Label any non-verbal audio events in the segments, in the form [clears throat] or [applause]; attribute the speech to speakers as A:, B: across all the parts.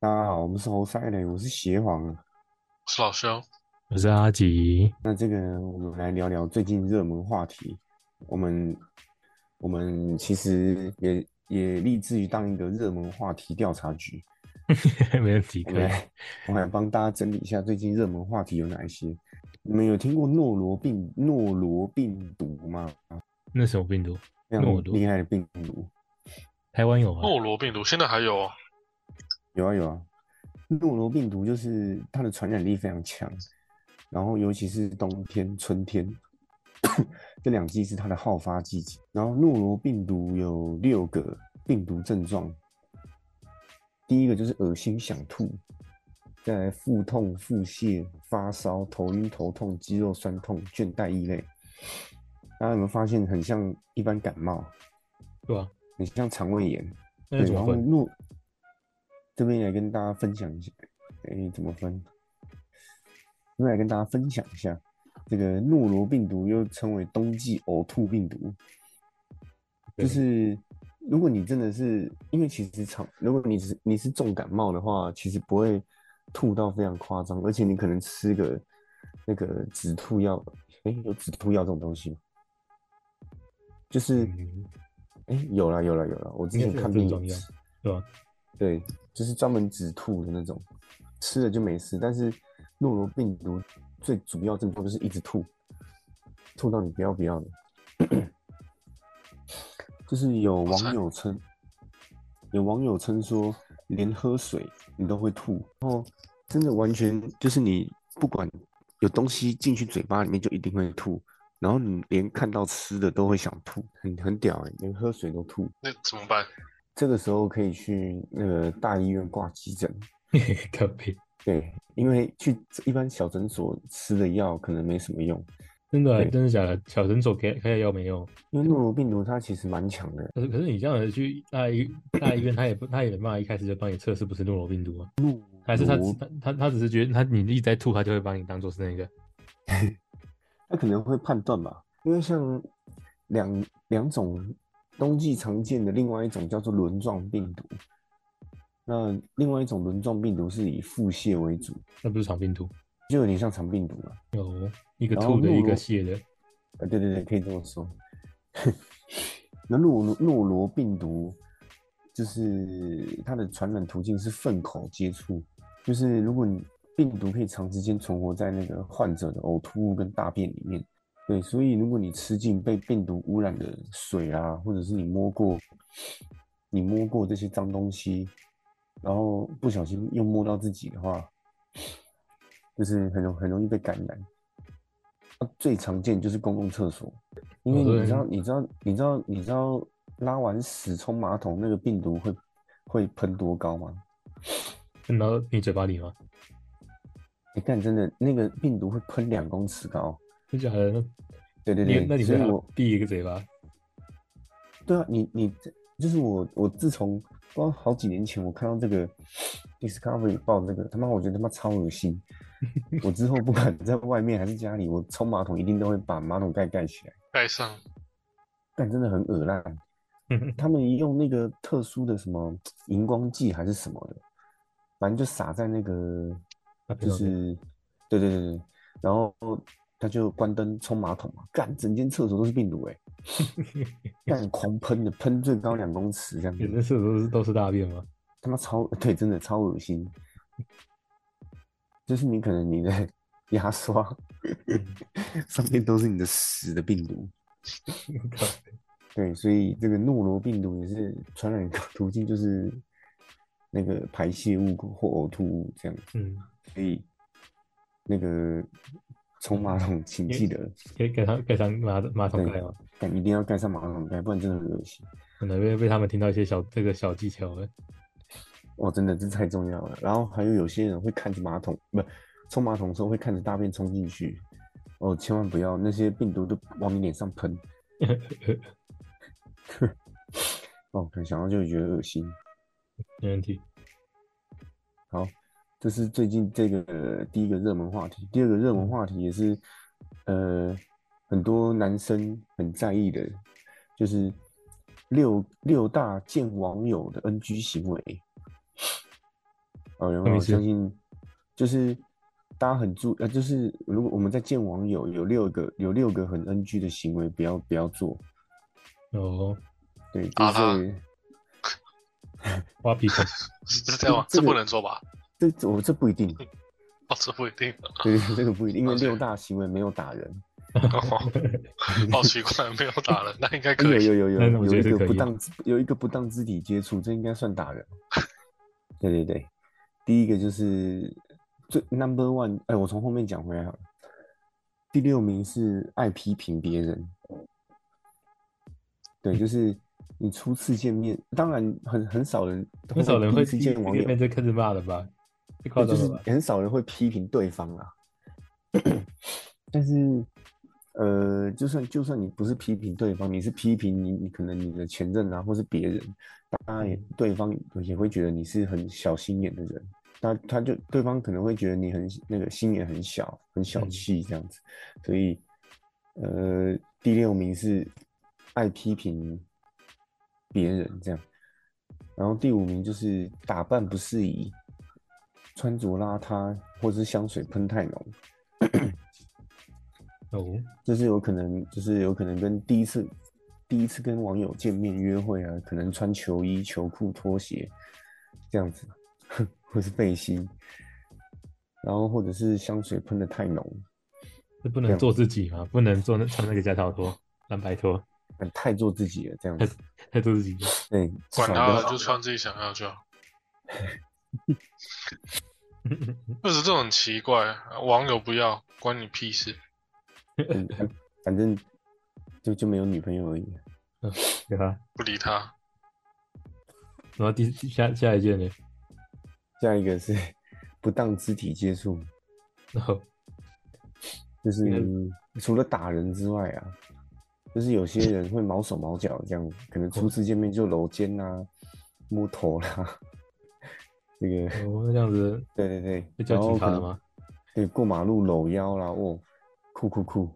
A: 我是侯赛雷，我是邪皇啊。
B: 我是老啊兄，
C: 我是阿吉， [laughs]
A: 那这个呢我们来聊聊最近热门话题。我们我们其实也也立志于当一个热门话题调查局。
C: 没问题，
A: 我
C: 可
A: 们
C: 以。
A: 来我们来帮大家整理一下最近热门话题有哪一些。你们有听过诺罗病诺罗病毒吗？
C: 那什么病毒？
A: 非常
C: 诺罗
A: 厉害的病毒。
C: 台湾有吗？
B: 诺罗病毒现在还有
A: 有啊有啊，诺罗病毒就是它的传染力非常强，然后尤其是冬天、春天 [coughs] 这两季是它的好发季节。然后诺罗病毒有六个病毒症状，第一个就是恶心、想吐，再来腹痛、腹泻、发烧、头晕、头痛、肌肉酸痛、倦怠异类。大家有没有发现很像一般感冒，
C: 对啊，
A: 很像肠胃炎？
C: 那是
A: 对，
C: 怎
A: 然
C: 么
A: 后
C: 分？
A: 诺这边来跟大家分享一下，诶，怎么分？这边来跟大家分享一下，这个诺罗病毒又称为冬季呕吐病毒，就
C: 对
A: 是如果你真的是因为其实常，如果你是你是重感冒的话，其实不会吐到非常夸张，而且你可能吃个那个止吐药，诶，有止吐药这种东西吗？就是，
C: 嗯 [laughs]
A: 诶，有啦有啦有啦，我之
C: 应
A: 前
C: 该是有
A: 看
C: 这
A: 病
C: 种
A: 有
C: 药
A: 吃
C: 对吧？
A: 对，就是专门止吐的那种，吃了就没事。但是诺罗病毒最主要症状就是一直吐，吐到你不要不要的。就是有网友称，有网友称说，连喝水你都会吐，然后真的完全就是你不管有东西进去嘴巴里面就一定会吐，然后你连看到吃的都会想吐，很很屌哎、连喝水都吐。
B: 那怎么办？
A: 这个时候可以去那个大医院挂急诊，
C: 可以，
A: 对，因为去一般小诊所吃的药可能没什么用，
C: 真的啊
A: 对
C: 真的假的？小诊所给开的药没有？
A: 因为诺如病毒它其实蛮强的，
C: 可是可是你这样子去大医大医院，他也不他也没办法一开始就帮你测是不是诺罗病毒啊？还是他
A: 如
C: 他他他只是觉得他你一直在吐，他就会把你当做是那个
A: 它可能会判断吧，因为像两两种冬季常见的另外一种叫做轮状病毒，那另外一种轮状病毒是以腹泻为主，
C: 那不是肠病毒，
A: 就有点像肠病毒了。
C: 有一个
A: 然后
C: 吐的，一
A: 诺
C: 个
A: 罗
C: 泻的，
A: 啊，对对对，可以这么说。 [laughs] 那诺罗诺罗病毒就是它的传染途径是粪口接触，就是如果你病毒可以长时间存活在那个患者的呕吐物跟大便里面，对，所以如果你吃进被病毒污染的水啊，或者是你摸过你摸过这些脏东西，然后不小心又摸到自己的话，就是很容很容易被感染。啊最常见就是公共厕所，因为
C: 哦对
A: 你知道，你知道，你知道，你知道拉完屎冲马桶那个病毒会会喷多高吗？
C: 喷到你嘴巴里吗？
A: 你、看，真的那个病毒会喷两公尺高。
C: 真假的？
A: 对对
C: 那你啊那
A: 对，
C: 你
A: 所
C: 最
A: 以
C: 好
A: 我
C: 闭一个嘴巴， [laughs]
A: 对啊，你你就是我，我自从不知道好几年前我看到这个 Discovery 报这个，他妈我觉得他妈超恶
C: [laughs]
A: 心。我之后不管在外面还是家里，我冲马桶一定都会把马桶盖盖起来，
B: 盖上
A: 嗯但真的很恶烂。他们用那个特殊的什么荧光剂还是什么的，反正就撒在那个，
C: 啊
A: 就
C: 对对对
A: 是，对对对对，然后他就关灯冲马桶嘛，干，整间厕所都是病毒哎、干狂喷的，喷最高两公尺这样
C: 你
A: 子，
C: 那厕所都是都是大便吗？ [laughs]
A: 他妈超，对，真的超恶心，就是你可能你的 [laughs] 牙刷 [laughs] 上面都是你的屎的病毒。
C: 靠
A: 对，所以这个诺罗病毒也是传染途径，就是那个排泄物或呕吐物这样。
C: 嗯，
A: 所以那个冲马桶，请记得，
C: 给给他给上马马桶盖吗？
A: 但一定要盖上马桶盖，不然真的很恶心。
C: 可能被被他们听到一些小这个小技巧了。
A: 哇，哦真的这太重要了。然后还有有些人会看着马桶，不冲马桶的时候会看着大便冲进去，哦，千万不要，那些病毒都往你脸上喷。 [laughs] 哦，想到就觉得恶心。
C: 没问题。
A: 好，这是最近这个呃第一个热门话题，第二个热
C: 嗯
A: 门话题也是，呃，很多男生很在意的，就是六六大见网友的 NG 行为。哦，有
C: 什
A: 没有
C: 么意思
A: 相信？就是大家很注呃，就是如果我们在见网友有六个有六个很 NG 的行为，不要不要做。
C: 哦，
A: 对，就
B: 打他
A: 是
C: 挖鼻
A: [laughs]
C: 孔，
B: 是是这样吗？
A: 这
B: 这
A: 个
B: 不能做吧？
A: 这这我这不一定，
B: 哦，这不一
A: [laughs]
B: 定。
C: [laughs]
A: 对，这个不一定，因为
B: OK
A: 六大行为没有打人。
B: 哦，好奇怪，没有打人，那应该
A: 有
B: 可以。
A: 有有有
C: 那那我
A: 有
C: 觉
A: 一
C: 得是
A: 个
C: 可以
A: 不
C: 的
A: 当肢有一个不当肢体接触，这应该算打人。 [laughs] 对对对，第一个就是最 number one，哎，我从后面讲回来好了。第六名是爱批评别人，对，就是你初次见面，当然很很少人，
C: 很少人
A: 第一
C: 会
A: 次见网友，
C: 面就开始骂了吧？太夸
A: 对，就
C: 张
A: 是
C: 了吧？
A: 很少人会批评对方啦。但是，呃，就算就算你不是批评对方，你是批评你你可能你的前任啊，或是别人，当然也
C: 嗯
A: 对方也会觉得你是很小心眼的人，他他就对方可能会觉得你很那个心眼很小，很小
C: 嗯
A: 气这样子，所以，呃，第六名是爱批评别人这样，然后第五名就是打扮不适宜，穿着邋遢，或是香水喷太浓，
C: 哦，
A: 就是有可能，就是有可能跟第一次第一次跟网友见面约会啊，可能穿球衣、球裤、拖鞋这样子， [laughs] 或是背心，然后或者是香水喷的太浓，
C: 这不
A: 啊
C: 能做自己吗？不能做那穿那个假条拖、蓝白拖， [laughs]
A: 呃太做自己了这样
B: [laughs]
A: 子。
C: 太做自己了。 [laughs]
A: 对，至
B: 管
A: 少
B: 他
A: 不
B: 了，
A: 要
B: 就穿自己想要就好。就是这种很奇怪，网友不要，关你屁事。
A: 嗯反反正就就没有女朋友而已。
C: 对吧？
B: 不理他。
C: 然后第第下下一件呢？
A: 下一个是 [laughs] 不当肢体接触，
C: 然后
A: 就是
C: 嗯
A: 除了打人之外啊，就是有些人会毛手毛脚这样，可能初次见面就搂肩啊、摸头啦、 [laughs] 这个
C: 哦，那这样子
A: 对对对，
C: 被
A: 然
C: 叫
A: 后
C: 警
A: 可
C: 察了
A: 能
C: 吗？
A: 对，过马路搂腰啦，哦，酷酷酷。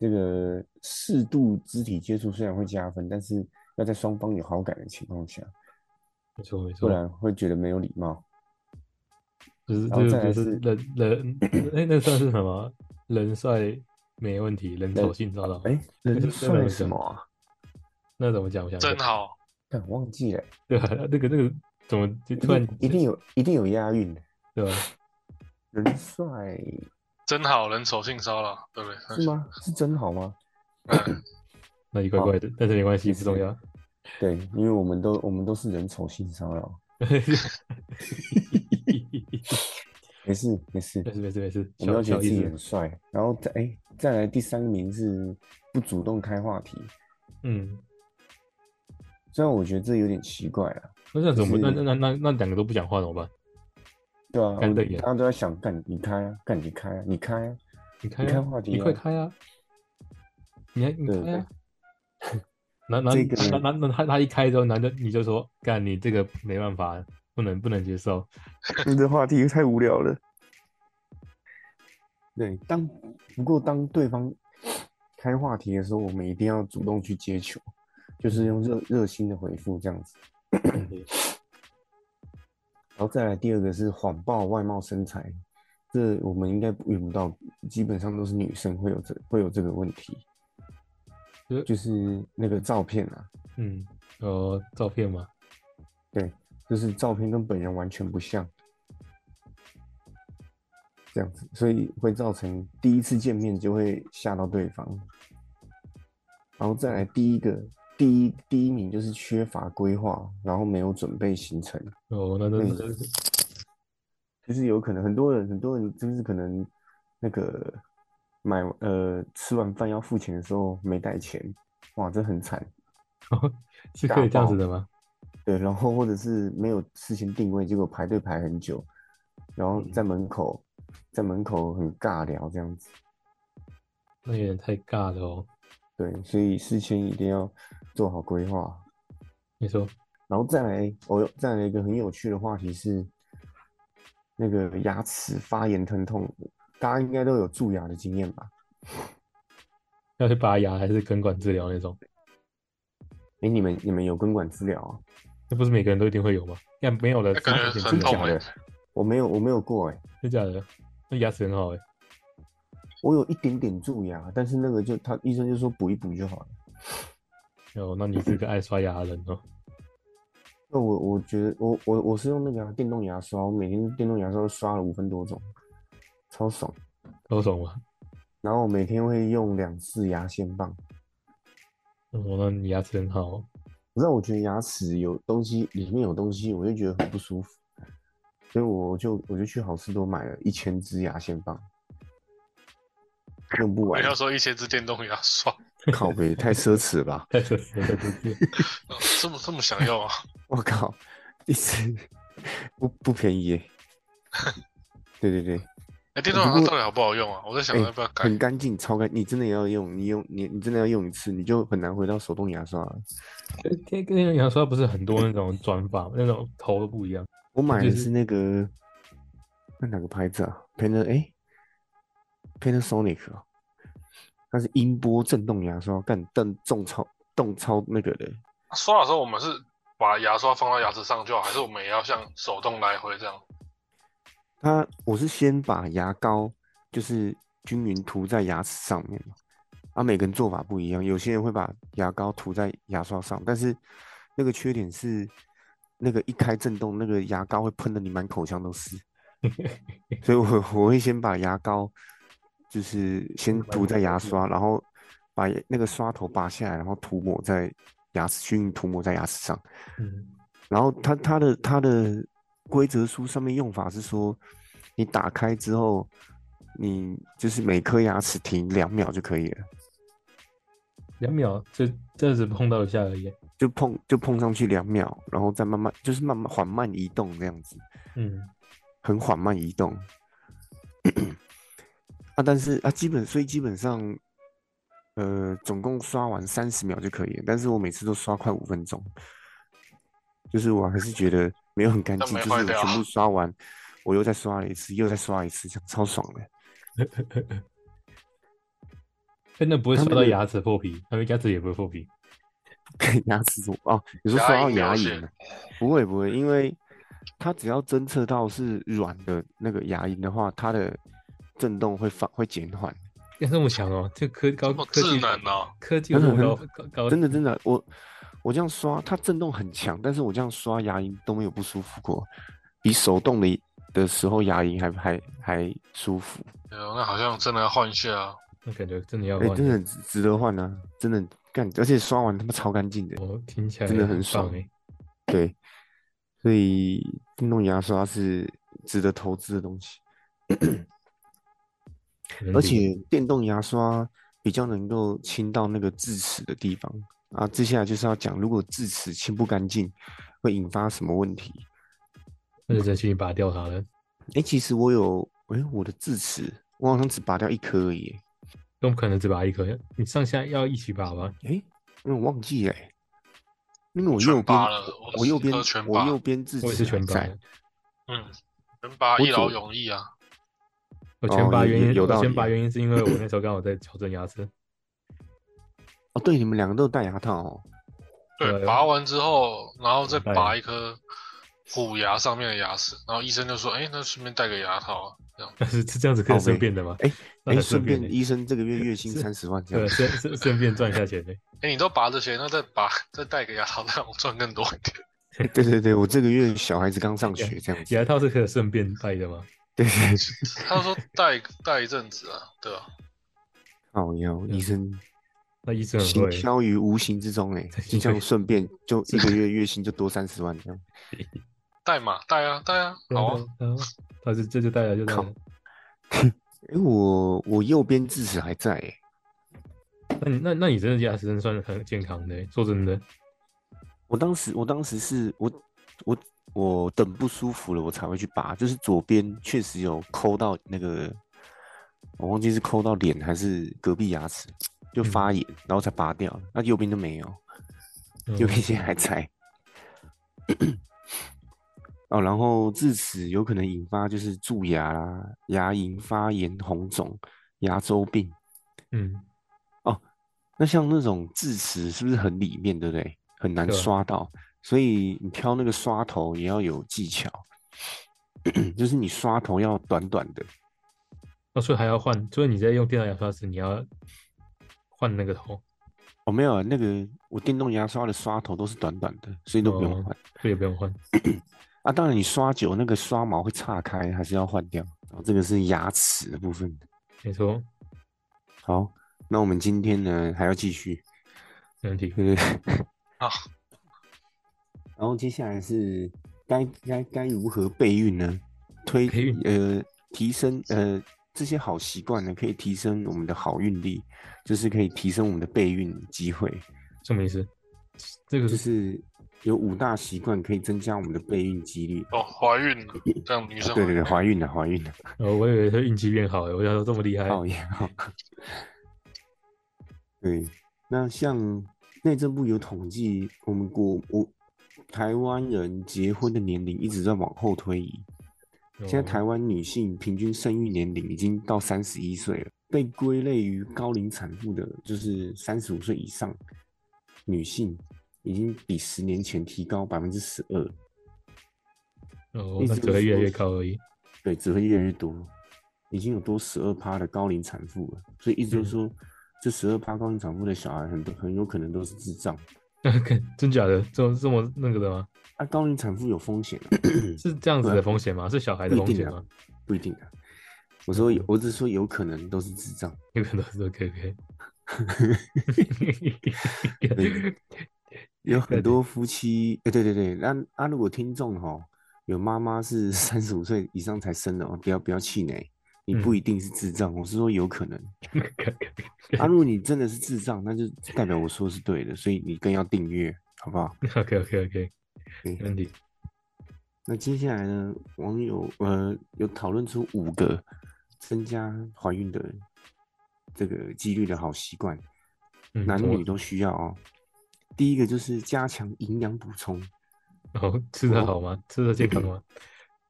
A: 这个适度肢体接触虽然会加分，但是要在双方有好感的情况下，
C: 没错没
A: 不
C: 错，
A: 然会觉得没有礼貌。
C: 就是
A: 然后
C: 这
A: 再
C: 个
A: 来
C: 就是
A: 是
C: 人人 [coughs] 哎，那算是什么？人帅没问题，人丑性骚扰。
A: 哎，
C: 这
A: 人
C: 个怎么
A: 算什
C: 讲
A: 么啊？
C: 那怎么讲？我想想
B: 真，好，
A: 看忘记了，
C: [laughs] 对吧？那个那个怎么就
A: 一
C: 突然
A: 定一定有一定有押韵的。
C: 对吧？
A: 人帅
B: 真好人丑性骚扰，对不对？
A: 是吗？是真好吗？
B: 嗯，
C: 那里怪怪的，但是没关系，
A: 没
C: 不重
A: 事
C: 要。 [laughs]
A: 对，因为我们都我们都是人丑性骚扰，没事没事
C: 没，事没事没事，
A: 我们
C: 小
A: 要觉
C: 小
A: 得自
C: 意
A: 己
C: 思
A: 很。帅。然后再哎，再来第三名是不主动开话题，
C: 嗯，
A: 虽然我觉得这有点奇怪啊，
C: 那这样子我们那
A: 就是
C: 那那那两个都不讲话怎么办？
A: 对啊，
C: 干瞪眼
A: 大家都在想干你开啊，干你开啊，你开 [laughs] 啊，
C: 你开
A: 你
C: 啊
A: 开话，题
C: 你快
A: 啊
C: 开啊！你还你
A: 对
C: 开啊！ [laughs] 那那
A: 这个
C: 那那那他他一开之后，然后就你就说干你这个没办法，不能不能接受。
A: 你的话题太无聊了。对，当不过当对方开话题的时候，我们一定要主动去接球，就是用热热心的回复这样子。嗯然后再来第二个是谎报外貌身材，这我们应该遇不到，基本上都是女生会有这会有这个问题
C: 呃，
A: 就是那个照片啊，
C: 嗯，哦，照片嘛，
A: 就是照片跟本人完全不像，这样子，所以会造成第一次见面就会吓到对方。然后再来第一个，第一第一名就是缺乏规划，然后没有准备行程，
C: 哦，那那
A: 嗯
C: 那
A: 就是有可能很多人很多人就是可能那个买呃吃完饭要付钱的时候没带钱，哇，这很惨。
C: 是可以这样子
A: 打
C: 的吗？
A: 对，然后或者是没有事先定位，结果排队排很久，然后在门口，在门口很尬聊这样子。
C: 那有点太尬了哦。
A: 对，所以事先一定要做好规划。
C: 你说
A: 然后再来，我、有再来一个很有趣的话题是，那个牙齿发炎疼痛，大家应该都有蛀牙的经验吧？
C: 要去拔牙还是根管治疗那种？
A: 哎，你们你们有根管治疗啊？
C: 那不是每个人都一定会有吗？那没有的，
B: 那感觉
A: [laughs]
C: 风险
B: 很
C: 自
B: 痛
C: 己
A: 假
B: 哎、
A: 的
B: 欸。
A: 我没有，我没有过哎、
C: 真假的？那牙齿很好哎、
A: 我有一点点蛀牙，但是那个就他医生就说补一补就好了。
C: 哦，那你是个爱刷牙的人哦。
A: 那我我觉得我我我是用那个啊、电动牙刷，我每天电动牙刷都刷了五分多种，超爽。
C: 高爽吗？
A: 然后我每天会用两次牙线棒。
C: 哦，那你牙齿很好哦。
A: 可是我觉得牙齿有东西，里面有东西，我就觉得很不舒服，所以我就我就去好事多买了一千支牙线棒，用不
B: 我
A: 完，
B: 要说一千支电动牙刷， [laughs]
A: 靠背太奢侈了吧！
C: 太奢侈了，太奢侈了
B: 哦这么这么想要啊？
A: 我靠，一支不不便宜耶。对对
C: [laughs]
A: 对，
B: 哎，电动牙刷到底好不好用啊？我在想
A: 哎
B: 要不要改。
A: 很干净，超干，你真的要用，你用你你真的要用一次，你就很难回到手动牙刷了。
C: 哎电电动牙刷不是很多那种转法，那种头都不一样。
A: 我买的
C: 就是
A: 是那个，那哪个牌子啊？Pan 哎、p a n a s o n i c 啊，它是音波震动牙刷，干但重超动超那个的，
B: 啊刷的时候，我们是把牙刷放到牙齿上就好，还是我们也要像手动来回这样？
A: 它我是先把牙膏就是均匀涂在牙齿上面嘛，啊，每个人做法不一样，有些人会把牙膏涂在牙刷上，但是那个缺点是，那个一开震动，那个牙膏会喷的你满口腔都 [laughs] 是，所以我我会先把牙膏就是先涂在牙刷，然后把那个刷头拔下来，然后涂抹在牙齿，均匀涂抹在牙齿上。
C: 嗯，
A: 然后它它的它的规则书上面用法是说，你打开之后，你就是每颗牙齿停两秒就可以了，
C: 两秒，这这只碰到一下而已。欸
A: 就碰就碰上去两秒，然后再慢慢就是慢慢缓慢移动这样子，
C: 嗯，
A: 很缓慢移动。 [coughs] 啊，但是啊，基本所以基本上，呃，总共刷完三十秒就可以了，但是我每次都刷快五分钟，就是我还是觉得没有很干
B: 那
A: 净，
B: 没
A: 就是
B: 坏
A: 我
B: 掉
A: 全部刷完，我又再刷了一次，又再刷一次，这样超爽的。 [laughs]
C: 真哎的不会
A: 它
C: 刷
A: 那
C: 到
A: 个
C: 牙齿破皮，他们牙齿也不会破皮。
A: 牙齿怎么哦？你说
B: 牙
A: 刷到
B: 龈
A: 牙
B: 流
A: 龈
B: 血
A: 了？不会不会，因为它只要侦测到是软的那个牙龈的话，它的震动会放会减缓。
C: 要这么强哦，这科高
B: 这么
C: 科技
B: 智能
A: 啊
B: 哦，
C: 科技
A: 真的
C: 很
A: 很
C: 高高高，
A: 真的真的，我我这样刷，它震动很强，但是我这样刷牙龈都没有不舒服过，比手动的的时候牙龈还还还舒服。
B: 哎呦那好像真的要换一下啊。
C: 那感觉真的要
A: 哎、
C: 换。
A: 真的很值值得换啊！真的干，而且刷完他妈超干净的。
C: 我听起来
A: 真的很
C: 棒
A: 爽
C: 哎。
A: 对，所以电动牙刷是值得投资的东西，
C: 能
A: 而
C: 理
A: 且电动牙刷比较能够清到那个智齿的地方啊。接下来就是要讲，如果智齿清不干净，会引发什么问题？
C: 那就真心拔掉它了，
A: 哎、其实我有，哎、我的智齿，我好像只拔掉一颗而已。
C: 都不可能只拔一颗，你上下要一起拔吧？
A: 哎、因为我忘记了欸，因为我
B: 全
A: 右边，
B: 拔了
A: 我
B: 我
A: 我右
B: 十颗
A: 边，
B: 全
A: 我
B: 拔
A: 右边智齿
C: 我也是全
A: 还
C: 拔
A: 在
C: 的，
B: 嗯，能拔
A: 我
B: 一劳
A: 左
B: 永逸啊。
C: 我全
A: 哦
C: 拔
A: 有
C: 原因，
A: 有
C: 我
A: 道
C: 全
A: 理
C: 拔原因是因为我
A: [laughs]
C: 那时候刚好在矫正牙齿，
A: 哦，对，你们两个都有戴牙套哦。
B: 对，
C: 对啊
B: 拔完之后，然后再
C: 对
B: 拔一颗虎牙上面的牙齿，然后医生就说：“哎，那顺便戴个牙套啊。”这样，
C: 但是这这样子可以
A: 靠
C: 顺
A: 背
C: 便的嘛？
A: 哎
C: 那
A: 哎、
C: 很
A: 顺便
C: 欸
A: 医生这个
C: [laughs]
A: 月月薪
C: 是
A: 三十万这
C: 对
A: 样，
C: 顺顺顺便赚一下钱呢。
B: 哎，你都拔这些，那再拔再戴个牙套， [laughs] 让我赚更多一点。
A: 对对对，我这个月小孩子刚上学这样子，
C: 牙套是可以顺便戴的吗？
A: 对对，
B: 他说戴戴一阵子啊，对啊，
A: 靠腰，医生
C: 那医生很
A: 行
C: 会，
A: 销于无形之中哎、欸，
C: 对
A: 就这样顺便就一个月月薪就多三十万这样，
B: 戴嘛，戴啊，戴啊，
C: 对啊
B: 好啊。，
C: 对啊他是这就戴了就戴
A: 哦靠
C: 了。
A: 哎、我我右边智齿还在、欸，
C: 那你那那你真的牙齿真的算很健康的欸，说真的，
A: 我当时，我当时是我我我等不舒服了，我才会去拔。就是左边确实有抠到那个，我忘记是抠到脸还是隔壁牙齿，就发炎，然后才拔掉。那右边都没有，
C: 嗯
A: 右边现在还在。哦，然后智齿有可能引发就是蛀牙啦、牙龈发炎、红肿、牙周病。
C: 嗯，
A: 哦那像那种智齿是不是很里面，对不对？很难
C: 对啊
A: 刷到，所以你挑那个刷头也要有技巧。 [clears throat] 就是你刷头要短短的，
C: 那、所以还要换，所以你在用电动牙刷时，你要换那个头，
A: 哦，没有啊，那个我电动牙刷的刷头都是短短的，所以都不用
C: 哦
A: 换、
C: 所以也不用换。
A: 啊。当然，你刷久那个刷毛会岔开，还是要换掉。然后这个是牙齿的部分。
C: 没错，
A: 好，那我们今天呢还要继续，
C: 没问题。
A: 对不对？
B: 啊，
A: [laughs] 然后接下来是该该该如何备孕呢？推
C: 培育
A: 呃提升呃这些好习惯呢，可以提升我们的好运力，就是可以提升我们的备孕机会。
C: 什么意思？这个
A: 就是是有五大习惯可以增加我们的备孕几率。
B: 哦，怀孕了，这样女生
A: 对对对，
B: 怀
A: 怀孕了，怀孕了，
C: 呃，我以为是运气变好欸，我想说这么厉害，
A: 好呀。哦 [laughs] 对，那像内政部有统计，我们国我台湾人结婚的年龄一直在往后推移，现在
C: 哦
A: 台湾女性平均生育年龄已经到三十一岁了，被归类于高龄产妇的，就是三十五岁以上女性，已经比十年前提高百分之十二，
C: 哦
A: 一，
C: 那
A: 直
C: 只会越来越
A: 说
C: 高而已。
A: 对，只会越来越多，已经有多十二趴的高龄产妇了，所以意思就是
C: 嗯
A: 说，这十二趴高龄产妇的小孩很多很有可能都是智障。
C: 真假的？这么这么那个的吗？
A: 啊，高龄产妇有风险、啊，
C: 是这样子
A: 对
C: 的
A: 啊
C: 风险吗？是小孩
A: 不
C: 的
A: 一
C: 风
A: 定
C: 险
A: 啊
C: 吗？，
A: 不一定啊。我说有，我只是说有可能都是智障。
C: 有可能是 OK
A: [laughs]
C: [laughs] OK。
A: 对有很
C: 对
A: 多夫妻，哎、对对对，那啊，如果听众哈、有妈妈是 [laughs] 三十五岁以上才生的哦，不要不要气馁，你不
C: 嗯
A: 一定是智障，我是说有可
C: [laughs]
A: 能。啊，如果你真的是智障，那就代表我说的是对的，所以你更要订阅，好不好？
C: OK OK OK，
A: 对
C: 没问题。
A: 那接下来呢，网友呃有讨论出五个增加怀孕的这个几率的好习惯，
C: 嗯
A: 男
C: 怎么
A: 女都需要哦。第一个就是加强营养补充，
C: 哦，吃的好吗？吃的健康吗？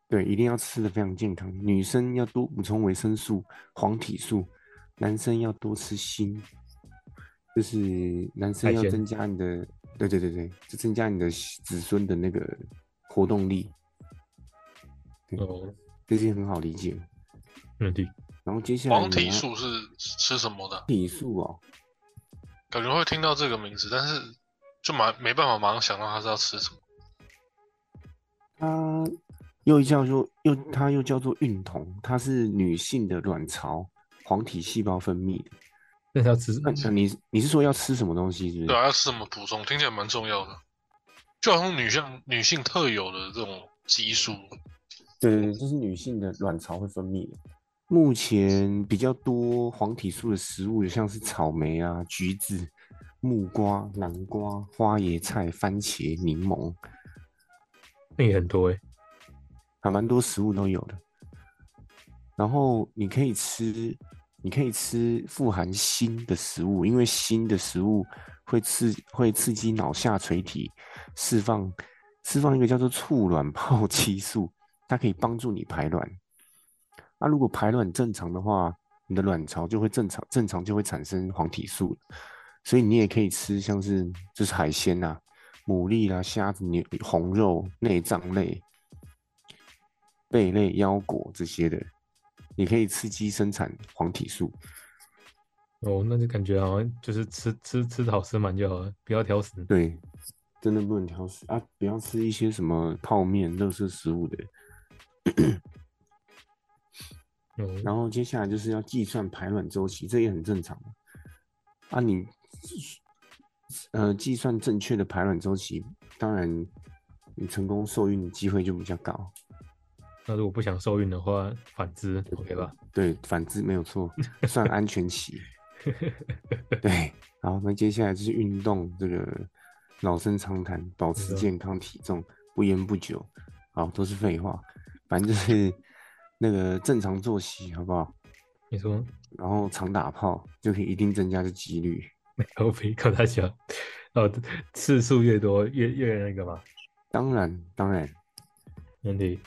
A: 对，一定要吃的非常健康。女生要多补充维生素、黄体素，男生要多吃锌，就是男生
C: 海
A: 要
C: 鲜
A: 增加你的，对对对对，就增加你的子孙的那个活动力，
C: 哦，
A: 这些很好理解。
C: 没问题。
A: 然后接下来
B: 黄体
A: 呢
B: 素是吃什么的？
A: 体素哦，
B: 感觉会听到这个名字，但是就蛮没办法马上想到它是要吃什么。
A: 它又叫做又它又叫做孕酮，它是女性的卵巢黄体细胞分泌的。
C: 但是要吃，
A: 那那你你是说要吃什么东西？是不是？
B: 对啊，要吃什么补充，听起来蛮重要的，就好像女性女性特有的这种激素。
A: 对对对，就是女性的卵巢会分泌的。目前比较多黄体素的食物，有像是草莓啊、橘子、木瓜、南瓜、花椰菜、番茄、柠檬，
C: 那也很多哎。
A: 还蛮多食物都有的。然后你可以吃，你可以吃富含锌的食物，因为锌的食物会刺会刺激脑下垂体释放释放一个叫做促卵泡 [laughs] 激素，它可以帮助你排卵。那、如果排卵正常的话，你的卵巢就会正常，正常就会产生黄体素了所以你也可以吃像是就是海鲜呐、牡蛎啦、虾子、牛红肉、内脏类、贝类、腰果这些的，也可以刺激生产黄体素。
C: 哦，那就感觉好像就是吃吃吃的好吃满就好了，不要挑食。
A: 对，真的不能挑食啊！不要吃一些什么泡面、热色食物的。
C: 哦，
A: 然后接下来就是要计算排卵周期，这也很正常啊。啊你呃计算正确的排卵周期，当然你成功受孕的机会就比较高。
C: 那如果不想受孕的话，反之 OK 吧？
A: 对，反之没有错，算安全
C: [laughs]
A: 期。对，好，那接下来就是运动，这个老生常谈，保持
C: 没错
A: 健康体重，不烟不酒，好，都是废话，反正就是那个正常作息，好不好？
C: 你说
A: 然后常打炮就可以一定增加这几率。
C: 我比靠他小，哦，次数越多越越那个嘛，
A: 当然，当然。
C: 没问题。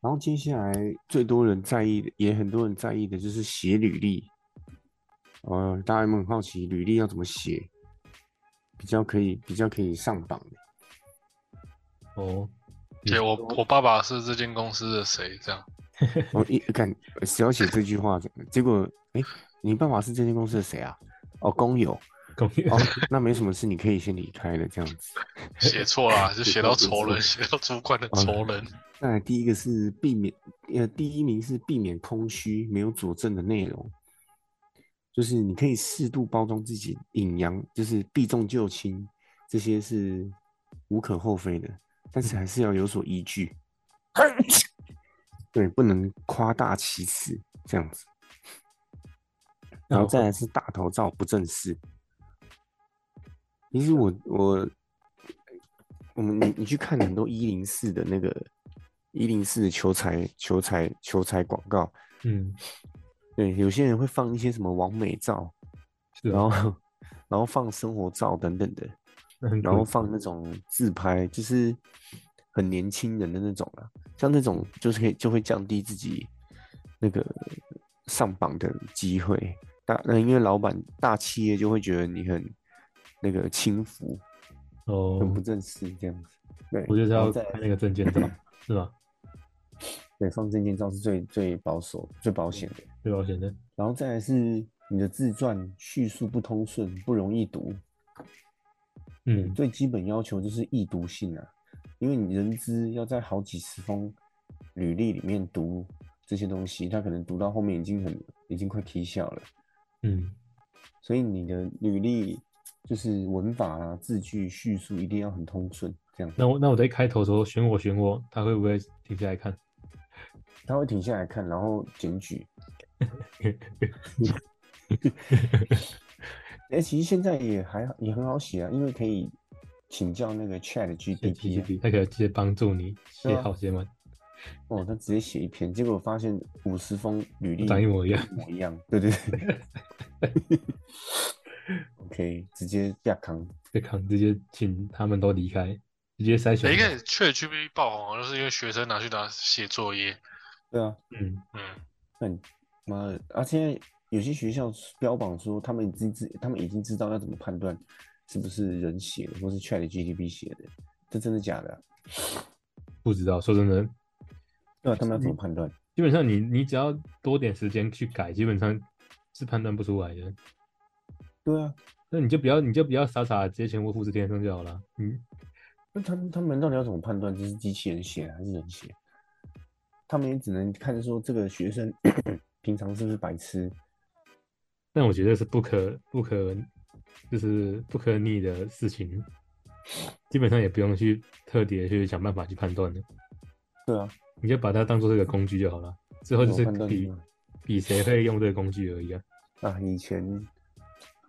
A: 然后接下来最多人在意的，也很多人在意的就是写履历。呃，大家有没有很好奇履历要怎么写，比较可以比较可以上榜？
C: 哦，
B: 对我我爸爸是这间公司的谁这样？
A: 我哦一看只要写这句话，结果哎，你爸爸是这间公司的谁啊？哦，工友。
C: 公寓
A: 哦，那没什么事，你可以先离开了这样子。
B: 写错啦，就写到
A: 写错
B: 仇人，写到主管的仇人。 [laughs]
A: 再来第一个是避免，呃，第一名是避免空虚，没有佐证的内容，就是你可以适度包装自己，引阳就是避重就轻，这些是无可厚非的，但是还是要有所依据。对，不能夸大其词这样子。然后再来是大头照不正视。其实我我，我们你你去看很多一零四的那个一零四的求财求财求财广告，
C: 嗯，
A: 对，有些人会放一些什么完美照，
C: 是
A: 然
C: 啊，
A: 后然后放生活照等等的，
C: 那很
A: 然后
C: 酷
A: 放那种自拍，就是很年轻人的那种啊，像那种就是可以就会降低自己那个上榜的机会。大那因为老板大企业就会觉得你很那个轻浮，
C: 哦，
A: 很不正式这样子。对，
C: 我就是
A: 然
C: 要
A: 后再
C: 看那个证件照，是吧？
A: 对放证件照是最最保守、最保险的。
C: 最保险的，
A: 然后再来是你的自传叙述不通顺，不容易读，
C: 嗯，
A: 最基本要求就是易读性啊，因为你人资要在好几十封履历里面读这些东西，他可能读到后面已经很已经快踢笑了，
C: 嗯，
A: 所以你的履历就是文法啊、字句、叙述一定要很通顺，这样
C: 那我那我在开头的时候选我选我，他会不会停下来看？
A: 他会停下来看，然后检举。哎、其实现在也还也很好写啊，因为可以请教那个 Chat
C: 对
A: GPT
C: 对
A: 啊、
C: 对，他可以直接帮助你
A: 对
C: 写
A: 啊
C: 好写满，
A: 哦，他直接写一篇，结果发现五十封履历
C: 长一模一样，
A: 一模一样，对对对。OK，直接亚康，
C: 对看直接请他们都离开，直接筛选
B: 一
C: 掉。
B: 个 ChatGPT 爆红，啊就是因为学生拿去拿写作业。
A: 对啊，
C: 嗯，
B: 嗯，
A: 那你妈的，而、且有些学校标榜说他们已经知，他们已经知道要怎么判断是不是人写的，或是 Chat GTP 写的，这真的假的啊、
C: 不知道，说真的，
A: 对啊，他们要怎么判断？
C: 基本上你你只要多点时间去改，基本上是判断不出来的。
A: 对啊，
C: 那你就不要你就不要傻傻地直接全部复制贴上就好了。嗯，
A: 那他们他们到底要怎么判断这是机器人写的还是人写？他们也只能看说这个学生 [coughs] 平常是不是白痴，
C: 但我觉得是不可不可，就是不可逆的事情，基本上也不用去特别去想办法去判断的。
A: 对啊，
C: 你就把它当做是个工具就好了。最后就
A: 我
C: 是
A: 哦判断
C: 比
A: 出来
C: 比谁会用这个工具而已啊。
A: 啊，以前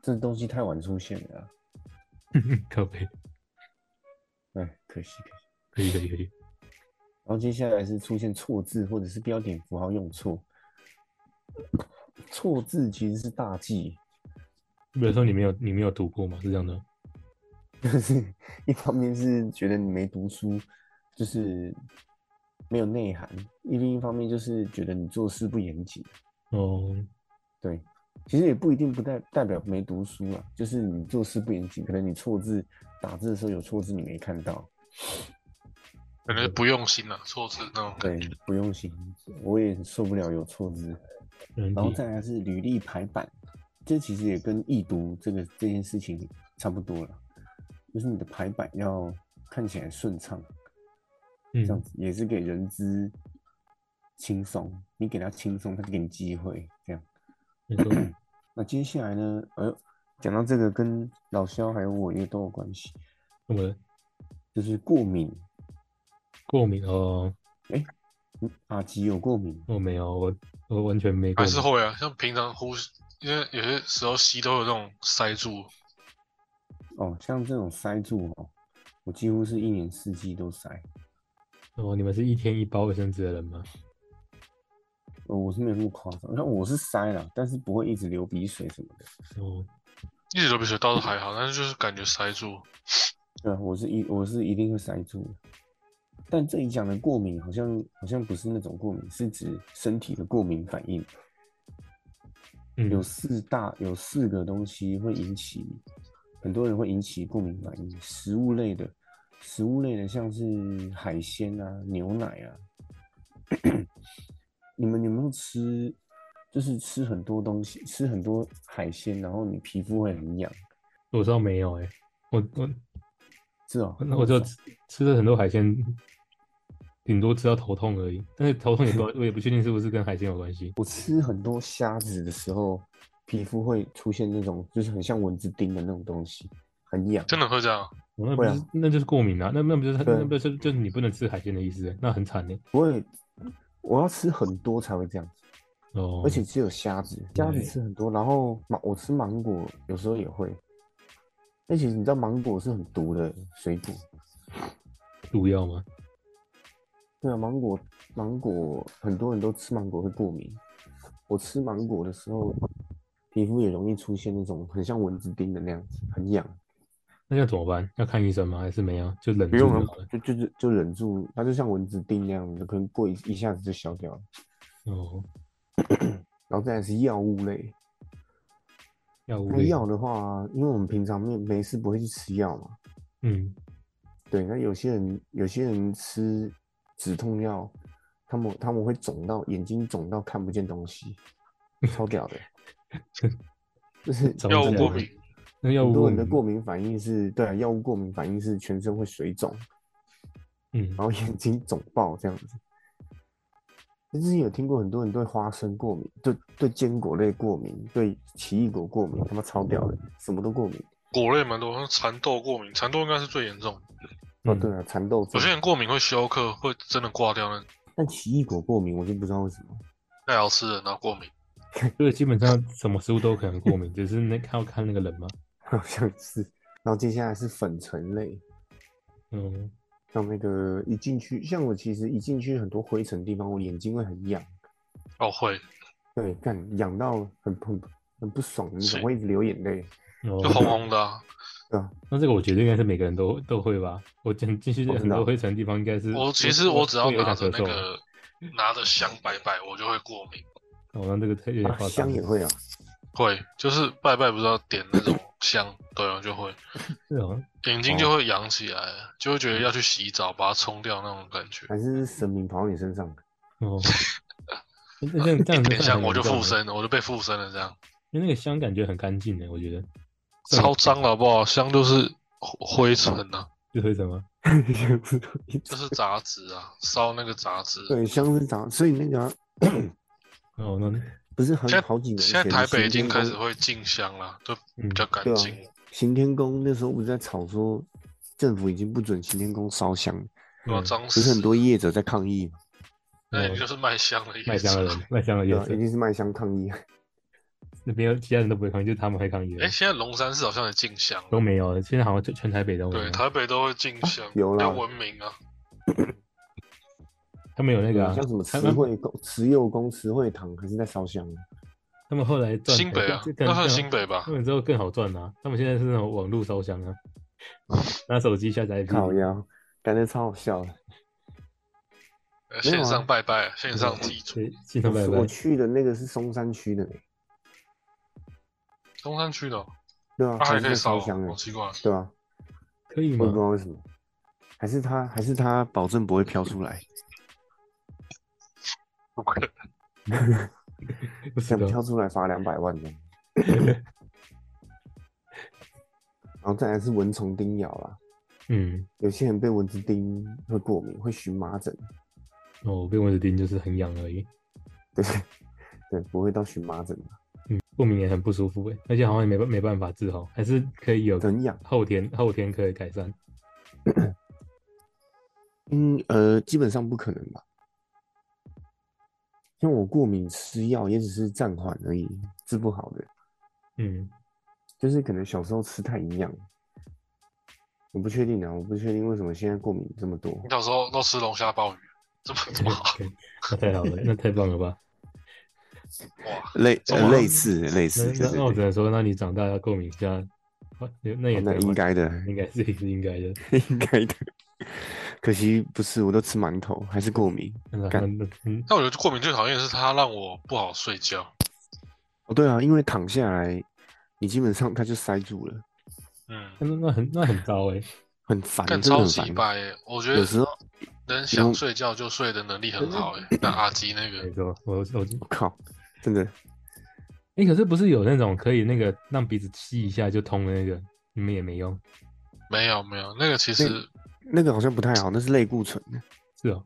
A: 这东西太晚出现了啊、
C: 可悲，
A: 哎，可惜可惜。
C: 可以可以可以，
A: 然后接下来是出现错字或者是标点符号用错，错字其实是大忌，
C: 比如说你没有你没有读过嘛，是这样的。
A: 就是一方面是觉得你没读书，就是没有内涵；另一方面就是觉得你做事不严谨。
C: 哦，
A: 对，其实也不一定不代代表没读书啊，就是你做事不严谨，可能你错字打字的时候有错字你没看到。
B: 可能是不用心了，错字那种感
A: 对
B: 觉。，
A: 不用心，我也受不了有错字。
C: 嗯，
A: 然后再来是履历排版，这其实也跟易读这个这件事情差不多了，就是你的排版要看起来顺畅，
C: 嗯
A: 这样子也是给人资轻松，你给他轻松，他就给你机会，这样。
C: 没错，
A: 那接下来呢？哎呦，讲到这个跟老肖还有我也都有关系，
C: 那么
A: 就是过敏。
C: 过敏哦，
A: 嗯阿吉有过敏吗，
C: 我没有，我我完全没过
B: 还
C: 敏。
B: 是会啊，像平常呼吸，因为有些时候吸都有那种塞住，
A: 哦，像这种塞住哦，我几乎是一年四季都塞，
C: 哦，你们是一天一包卫生纸的人吗？
A: 呃我是没有那么夸张。那我是塞了，但是不会一直流鼻水什么的。
C: 哦，
B: 一直流鼻水倒是还好，但是就是感觉塞住。
A: 对啊，我是一我是一定会塞住的。但这里讲的过敏好像好像不是那种过敏，是指身体的过敏反应。
C: 嗯，
A: 有四大有四个东西会引起，很多人会引起过敏反应：食物类的、食物类的像是海鲜啊、牛奶啊， [coughs] 你们有没有吃？就是吃很多东西，吃很多海鲜，然后你皮肤会很痒，
C: 我知道没有哎、我我
A: 是哦？
C: 那我就吃吃了很多海鲜，顶多吃到头痛而已。但是头痛也
A: [laughs]
C: 不知道我也不确定是不是跟海鲜有关系。
A: 我吃很多虾子的时候，皮肤会出现那种就是很像蚊子叮的那种东西，很痒。
B: 真的会这样？
C: 哦我那不
A: 会
C: 是、
A: 啊
C: 那就是过敏啊，那那不就是
A: 对
C: 那不就是就是你不能吃海鲜的意思欸、那很惨呢。
A: 我也我要吃很多才会这样，
C: 哦，
A: 而且只有虾子，虾子
C: 对
A: 吃很多，然后芒我吃芒果有时候也会。而且你知道芒果是很毒的水果，
C: 毒药吗？
A: 对啊，芒果芒果很多人都吃芒果会过敏。我吃芒果的时候，皮肤也容易出现那种很像蚊子叮的那样子，很痒。
C: 那要怎么办？要看医生吗？还是没有？就忍
A: 不
C: 住
A: 用
C: 就
A: 了
C: 好了。，
A: 就就就就忍住，它就像蚊子叮那样，可能过一一下子就消掉了。
C: 哦，
A: 然后再来是药物类，
C: 药物
A: 那
C: 类
A: 药的话，因为我们平常没没事不会去吃药嘛，
C: 嗯，
A: 对。那有些人有些人吃止痛药，他们他们会肿到眼睛肿到看不见东西，超屌
C: [laughs]
A: 的，就是
C: 长
B: 药
C: 这
B: 物
C: 样
B: 过
C: 子
B: 敏，
C: 那药
A: 很
C: 物
A: 多人的过敏反应是对啊，药物过敏反应是全身会水肿，
C: 嗯
A: 然后眼睛肿爆这样子。之前有听过很多人对花生过敏，对对坚果类过敏，对奇异果过敏，他妈超屌的，什么都过敏。
B: 果类蛮多，像蚕豆过敏，蚕豆应该是最严重的。
A: 哦，
C: 嗯
A: 对啊，蚕豆
B: 有
A: 症
B: 些。人过敏会休克，会真的挂掉那
A: 但奇异果过敏，我就不知道为什么。 [laughs]
B: 太好吃了，然后过敏。
C: 所以基本上什么食物都可能过敏，只是那看要看那个人嘛。
A: 好像是。然后接下来是粉尘类，
C: 嗯，
A: 像那个一进去，像我其实一进去很多灰尘的地方，我眼睛会很痒，
B: 哦，会，
A: 对，干痒到很很很不爽的那种，
B: 是
A: 会一直流眼泪，
C: 哦
B: 就，红红的、
C: [laughs]
B: 啊。
A: 对啊，
C: 那这个我觉得应该是每个人都都会吧。我进进去
A: 我知
C: 很
A: 道
C: 多灰尘的地方，应该是
B: 我其实我只要
C: 会有
B: 拿
C: 点
B: 着
C: 咳
B: 那
C: 嗽。啊
B: 个拿着香拜拜，我就会过敏。
C: 哦，那这个太有点
A: 啊
C: 夸张
A: 香
C: 了。
A: 也会啊，
B: 会，就是拜拜不是要点那种香，对啊，就会
C: 是哦，
B: 眼睛就会痒起来，就会觉得要去洗澡把它冲掉那种感觉。
A: 还是神明跑到你身上，
C: [laughs]
B: [laughs]
C: 哦，那这样这
B: 一
C: 样子
B: 点香我就附
C: 附。
B: 身了，我就被附身了，这样
C: 因为那个香感觉很干净欸的，我觉得
B: 超脏了好不好？香就是灰灰尘啊，
C: 是灰尘吗？
B: 就是杂质啊，烧那个杂质。
A: 对，香是长，所以那个啊、
C: 哦，
B: [laughs]
C: 那
A: 不是很
B: 现在
A: 好几年
B: 现在
A: 前，
B: 台北已经
A: 行天宫
B: 开始会进香了，就比
C: 嗯，
B: 较干
A: 对啊
B: 净。，
A: 行天宫那时候不是在吵说，政府已经不准行天宫烧香，
B: 对啊，
C: 嗯
B: 脏
A: 不是很
B: 死，
A: 多业者在抗议嘛，
B: 那也就是卖香的意思。
C: 卖香的人，卖香的
A: 对
C: 也
A: 啊，一
C: 是，
A: 定是卖香抗议啊，
C: 那边其他人都不会抗议，就他们会抗议而已
B: 哎，现在龙山寺好像也进香了，
C: 都没有，现在好像就全台北都没
B: 对，
C: 有，
B: 台北都会进香，
A: 有啦
B: 要文明啊。
C: 他们有那个啊
A: 像什么，
C: 他
A: 慈
C: 们嗯
A: 惠宫、慈幼宫、慈惠堂还是在烧香啊，
C: 他们后来赚
B: 新北啊
C: 这，更
B: 那算
C: 更
B: 新北吧
C: 他？们之后更好赚啊，他们现在是那种网络烧香啊，拿手机下载 APP，
A: 靠腰，感觉超好笑的。没有啊
B: 呃线上拜拜，线上祭祖。
C: 对，信上拜拜
A: 我，去的那个是松山区的呢，
B: 中山区的哦，
A: 对啊，
B: 它还可以
A: 在烧
B: 烧哦，
A: 香哎
B: 好，奇怪。
A: 对啊，
C: 可以
A: 我也不知
C: 吗？
A: 道为什么，还是他还是他保证不会飘出来，
B: 不可能
C: 不知
A: 想
C: 道，
A: 飘出来罚两百万 [laughs] 的。然后再来是蚊虫叮咬啦，
C: 嗯，
A: 有些人被蚊子叮会过敏，会荨麻疹，
C: 哦，被蚊子叮就是很痒而已，
A: 对对，不会到荨麻疹吧，
C: 嗯，过敏也很不舒服哎，而且好像也没办没办法治好，还是可以有
A: 很痒。
C: 后天后天可以改善。
A: 嗯呃，基本上不可能吧。像我过敏吃药也只是暂缓而已，治不好的。 [laughs]
C: 嗯，
A: 就是可能小时候吃太营养，我不确定啊，我不确定为什么现在过敏这么多。
B: 你小时候都吃龙虾鲍鱼，
A: [laughs]
B: 这么这么好
C: 那太好了，那太棒了吧？
B: 哇？
A: 类
B: 呃哦类
A: 似类
C: 那那那我只能说，那你长大要过敏一下，啊那也
A: 哦那
C: 对
A: 应该的，
C: 应该是是应该的。
A: [laughs] 应该的。可惜不是，我都吃馒头，还是过敏。
C: 那那
A: 干
C: 那嗯
B: 但我觉得过敏最讨厌的是它让我不好睡觉。
A: 哦，对啊，因为躺下来，你基本上它就塞住了。
B: 嗯，
C: 那那很那很糟哎，
A: 很烦，
B: 干
A: 真的
B: 超
A: 很
B: 级
A: 烦。
B: 白欸！我觉
A: 有
B: 得
A: 时候
B: 能想睡觉就睡的能力很好哎、那阿基那
C: 没
B: 个，
C: 错，我我
A: 我靠，真的
C: 哎、可是不是有那种可以那个让鼻子吸一下就通的那个，你们也没用，
B: 没有没有，那个其实
A: 那个好像不太好，那是类固醇。
C: 是哦，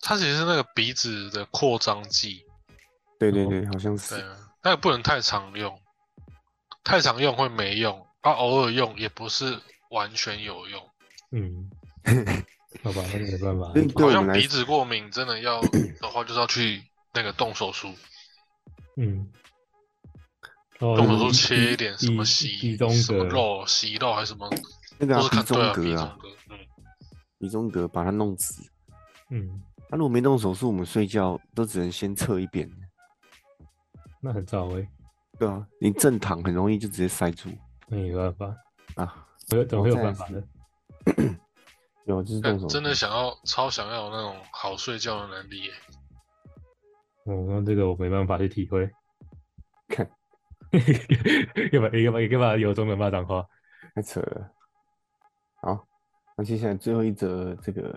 B: 它其实是那个鼻子的扩张剂，
A: 对对
C: 哦
A: 对，好像是
B: 对。，啊那个不能太常用，太常用会没用，啊，偶尔用也不是完全有用，
C: 嗯，好吧，那就没办法
A: 所以 [laughs] 对
B: 好
A: 我
B: 像
A: 们来
B: 鼻子过敏真的
A: [clears throat]
B: 要的话，就是要去那个动手术，
C: 嗯，哦，
B: 动手
A: 我
B: 术
A: 说
B: 切一点什么
C: 地
B: 息
C: 中
B: 什么
C: 隔，
B: 肉息肉还是什么，
A: 那个
B: 都
A: 啊
B: 是
A: 鼻
B: 看
A: 中
B: 对啊鼻
A: 隔
B: 中
A: 啊，
B: 隔，嗯，
A: 鼻中隔把它弄直。
C: 嗯，
A: 他如果没动手术，我们睡觉都只能先侧一边。
C: 那很糟哎、
A: 对啊，你正躺很容易就直接塞住
C: 那也没办法，
A: 啊。
C: 我总
A: 哦
C: 会有
A: 再来
C: 办法
A: 是
C: 的，
A: 有啊就是动手
B: 但
A: 术，
B: 真的想要超想要有那种好睡觉的能力耶，
C: 哦，那这个我没办法去体会，
A: [laughs] 看
C: 要不然要不然要不然有中文骂脏话，
A: 太扯了。好，那接下来最后一则这个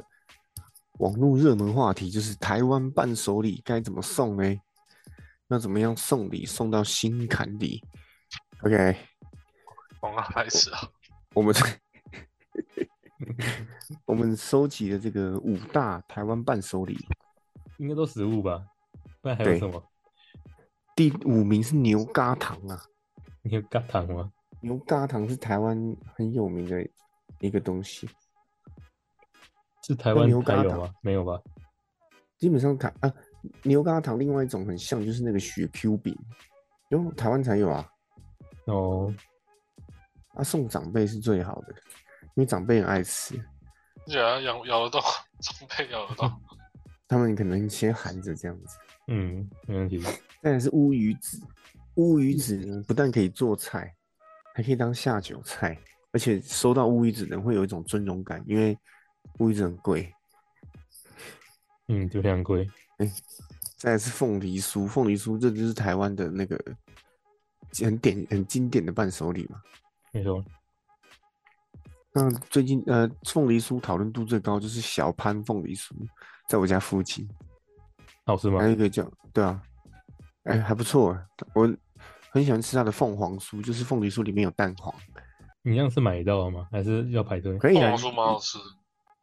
A: 网络热门话题就是台湾伴手礼该怎么送呢？要怎么样送礼送到心坎里？OK，
B: 从那
A: 哦
B: 开始啊，
A: 我们 [laughs] 我们收集了这个五大台湾伴手礼，
C: 应该都食物吧，不然还有
A: 对
C: 什么？
A: 第五名是牛轧糖啊。
C: 你有干糖吗？
A: 牛轧糖是台湾很有名的一个东西，
C: 是台
A: 那
C: 湾
A: 牛
C: 还
A: 轧
C: 有
A: 糖
C: 吗？没有吧？
A: 基本上台啊牛轧糖另外一种很像就是那个雪 Q 饼，因为台湾才有啊，
C: 哦，
A: 啊送长辈是最好的，因为长辈很爱吃，
B: 咬咬咬得啊 [laughs] 到，长辈咬
A: [laughs]
B: 得到，
A: 他们可能先含着这样子。
C: 嗯，没问题。
A: 再来是乌鱼子，乌鱼子呢不但可以做菜，还可以当下酒菜，而且收到乌鱼子的人会有一种尊荣感，因为乌鱼子很贵。嗯
C: 嗯，就非常贵。
A: 再来是凤梨酥，凤梨酥这就是台湾的那个很典很经典的伴手礼嘛。
C: 没错，
A: 那最近呃，凤梨酥讨论度最高就是小潘凤梨酥，在我家附近，
C: 好吃吗
A: 还？有一个叫对啊，哎、还不错，我很喜欢吃它的凤凰酥，就是凤梨酥里面有蛋黄，
C: 你一样是买得到的吗？还是要排队？
A: 可以
B: 凤
A: 啊
B: 凰，酥蛮好吃的，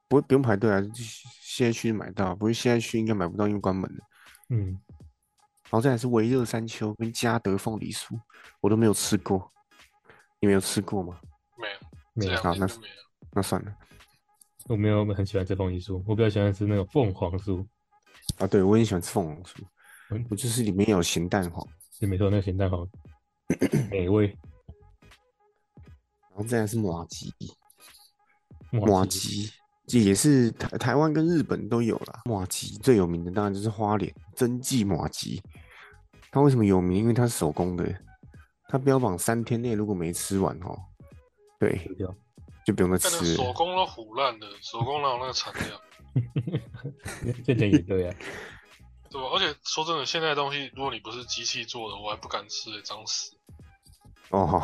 A: 不会不用排队啊，就是现在去买到，不过现在去应该买不到，因为关门了。
C: 嗯，
A: 然后再来是维热山丘跟嘉德凤梨酥，我都没有吃过，你们有吃过吗？
B: 没有，
C: 没
B: 这
C: 有，
B: 两
A: 好那
B: 年就没有。
A: 那算了
C: 我没有很喜欢吃凤梨酥，我比较喜欢吃那种凤凰酥。
A: 啊，对我也喜欢吃凤凰酥
C: 嗯，
A: 我就是里面有咸蛋黄。
C: 是没错，那个
A: [clears throat]
C: 咸蛋黄美味。
A: 然后再来是马吉，
C: 哇
A: 马，吉这也是台台湾跟日本都有啦。马吉最有名的当然就是花莲真记马吉，它为什么有名？因为它是手工的，它标榜三天内如果没吃完哦，对
C: 丢，掉
A: 就不用再
B: 但那
A: 吃
B: 个手
A: 了。
B: 工都腐烂的，手工哪有那个产量？ [laughs]
C: 这点也对啊。
B: 对吧？而且说真的，现在的东西如果你不是机器做的，我还不敢吃、欸，脏死。
A: 哦，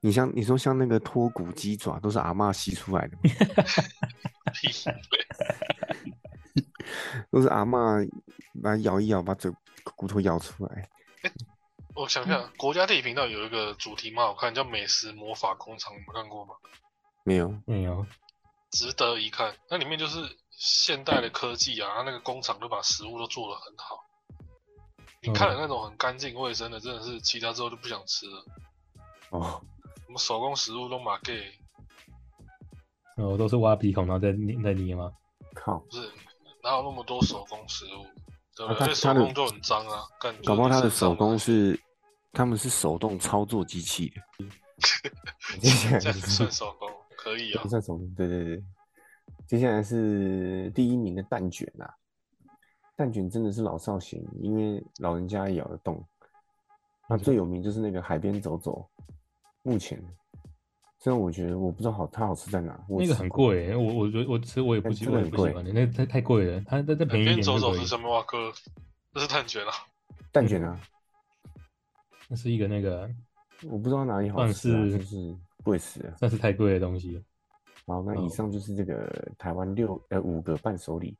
A: 你像你说像那个脱骨鸡爪都是阿嬷吸出来的嘛，
B: 屁！
A: [laughs] 都是阿嬷把它咬一咬，把嘴骨头咬出来。
B: 我想想，国家地理频道有一个主题蛮好看，叫《美食魔法工厂》，你们看过吗？
A: 没有，
C: 没有，
B: 值得一看。那里面就是现代的科技啊，它那个工厂都把食物都做得很好。你看了
A: 嗯
B: 那种很干净卫生的，真的是其他之后就不想吃了。
A: 哦，
B: 什么手工食物都马给，
C: 我都是挖鼻孔然后再捏再捏吗？
A: 靠，
B: 不是哪有那么多手工食物？对不
A: 啊他
B: 对？而且手
A: 他的
B: 工就很脏啊，干
A: 搞不好他的
B: 就是身上
A: 手工是，他们是手动操作机器的。 [laughs] 接下来
B: 这样
A: 是
B: 算手工可以
A: [laughs]
B: 啊
A: 不。算手工，对对对。接下来是第一名的蛋卷啊，蛋卷真的是老少咸宜，因为老人家也咬得动。那最有名就是那个海边走走，目前，虽然我觉得我不知道好它好吃在哪，我
C: 那个
A: 吃
C: 很
A: 过，
C: 贵欸，我我觉得我吃我也不喜
A: 真
C: 我
A: 的
C: 也
A: 很
C: 不喜
A: 贵
C: 欢的，那太太贵了。它再再便宜一
B: 边
C: 点
B: 走
C: 就
B: 走
C: 可以
B: 是。什么啊哥？这是蛋卷啊，
A: 蛋卷啊，
C: 那是一个那个
A: 我不知道哪里好
C: 算
A: 吃、啊，就是是贵死了。
C: 算是太贵的东西了。
A: 好，那
C: 哦
A: 以上就是这个台湾六呃五个伴手礼。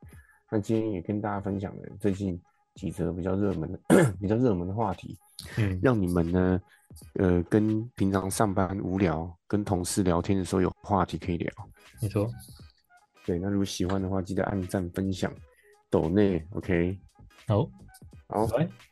A: 那今天也跟大家分享了最近几则比较热门的 [coughs] 比较热门的话题，
C: 嗯，
A: 让你们呢呃跟平常上班无聊跟同事聊天的时候有话题可以聊。
C: 没错，
A: 对，那如果喜欢的话，记得按赞分享、抖内，OK。
C: 好，
A: 好，
C: 拜拜。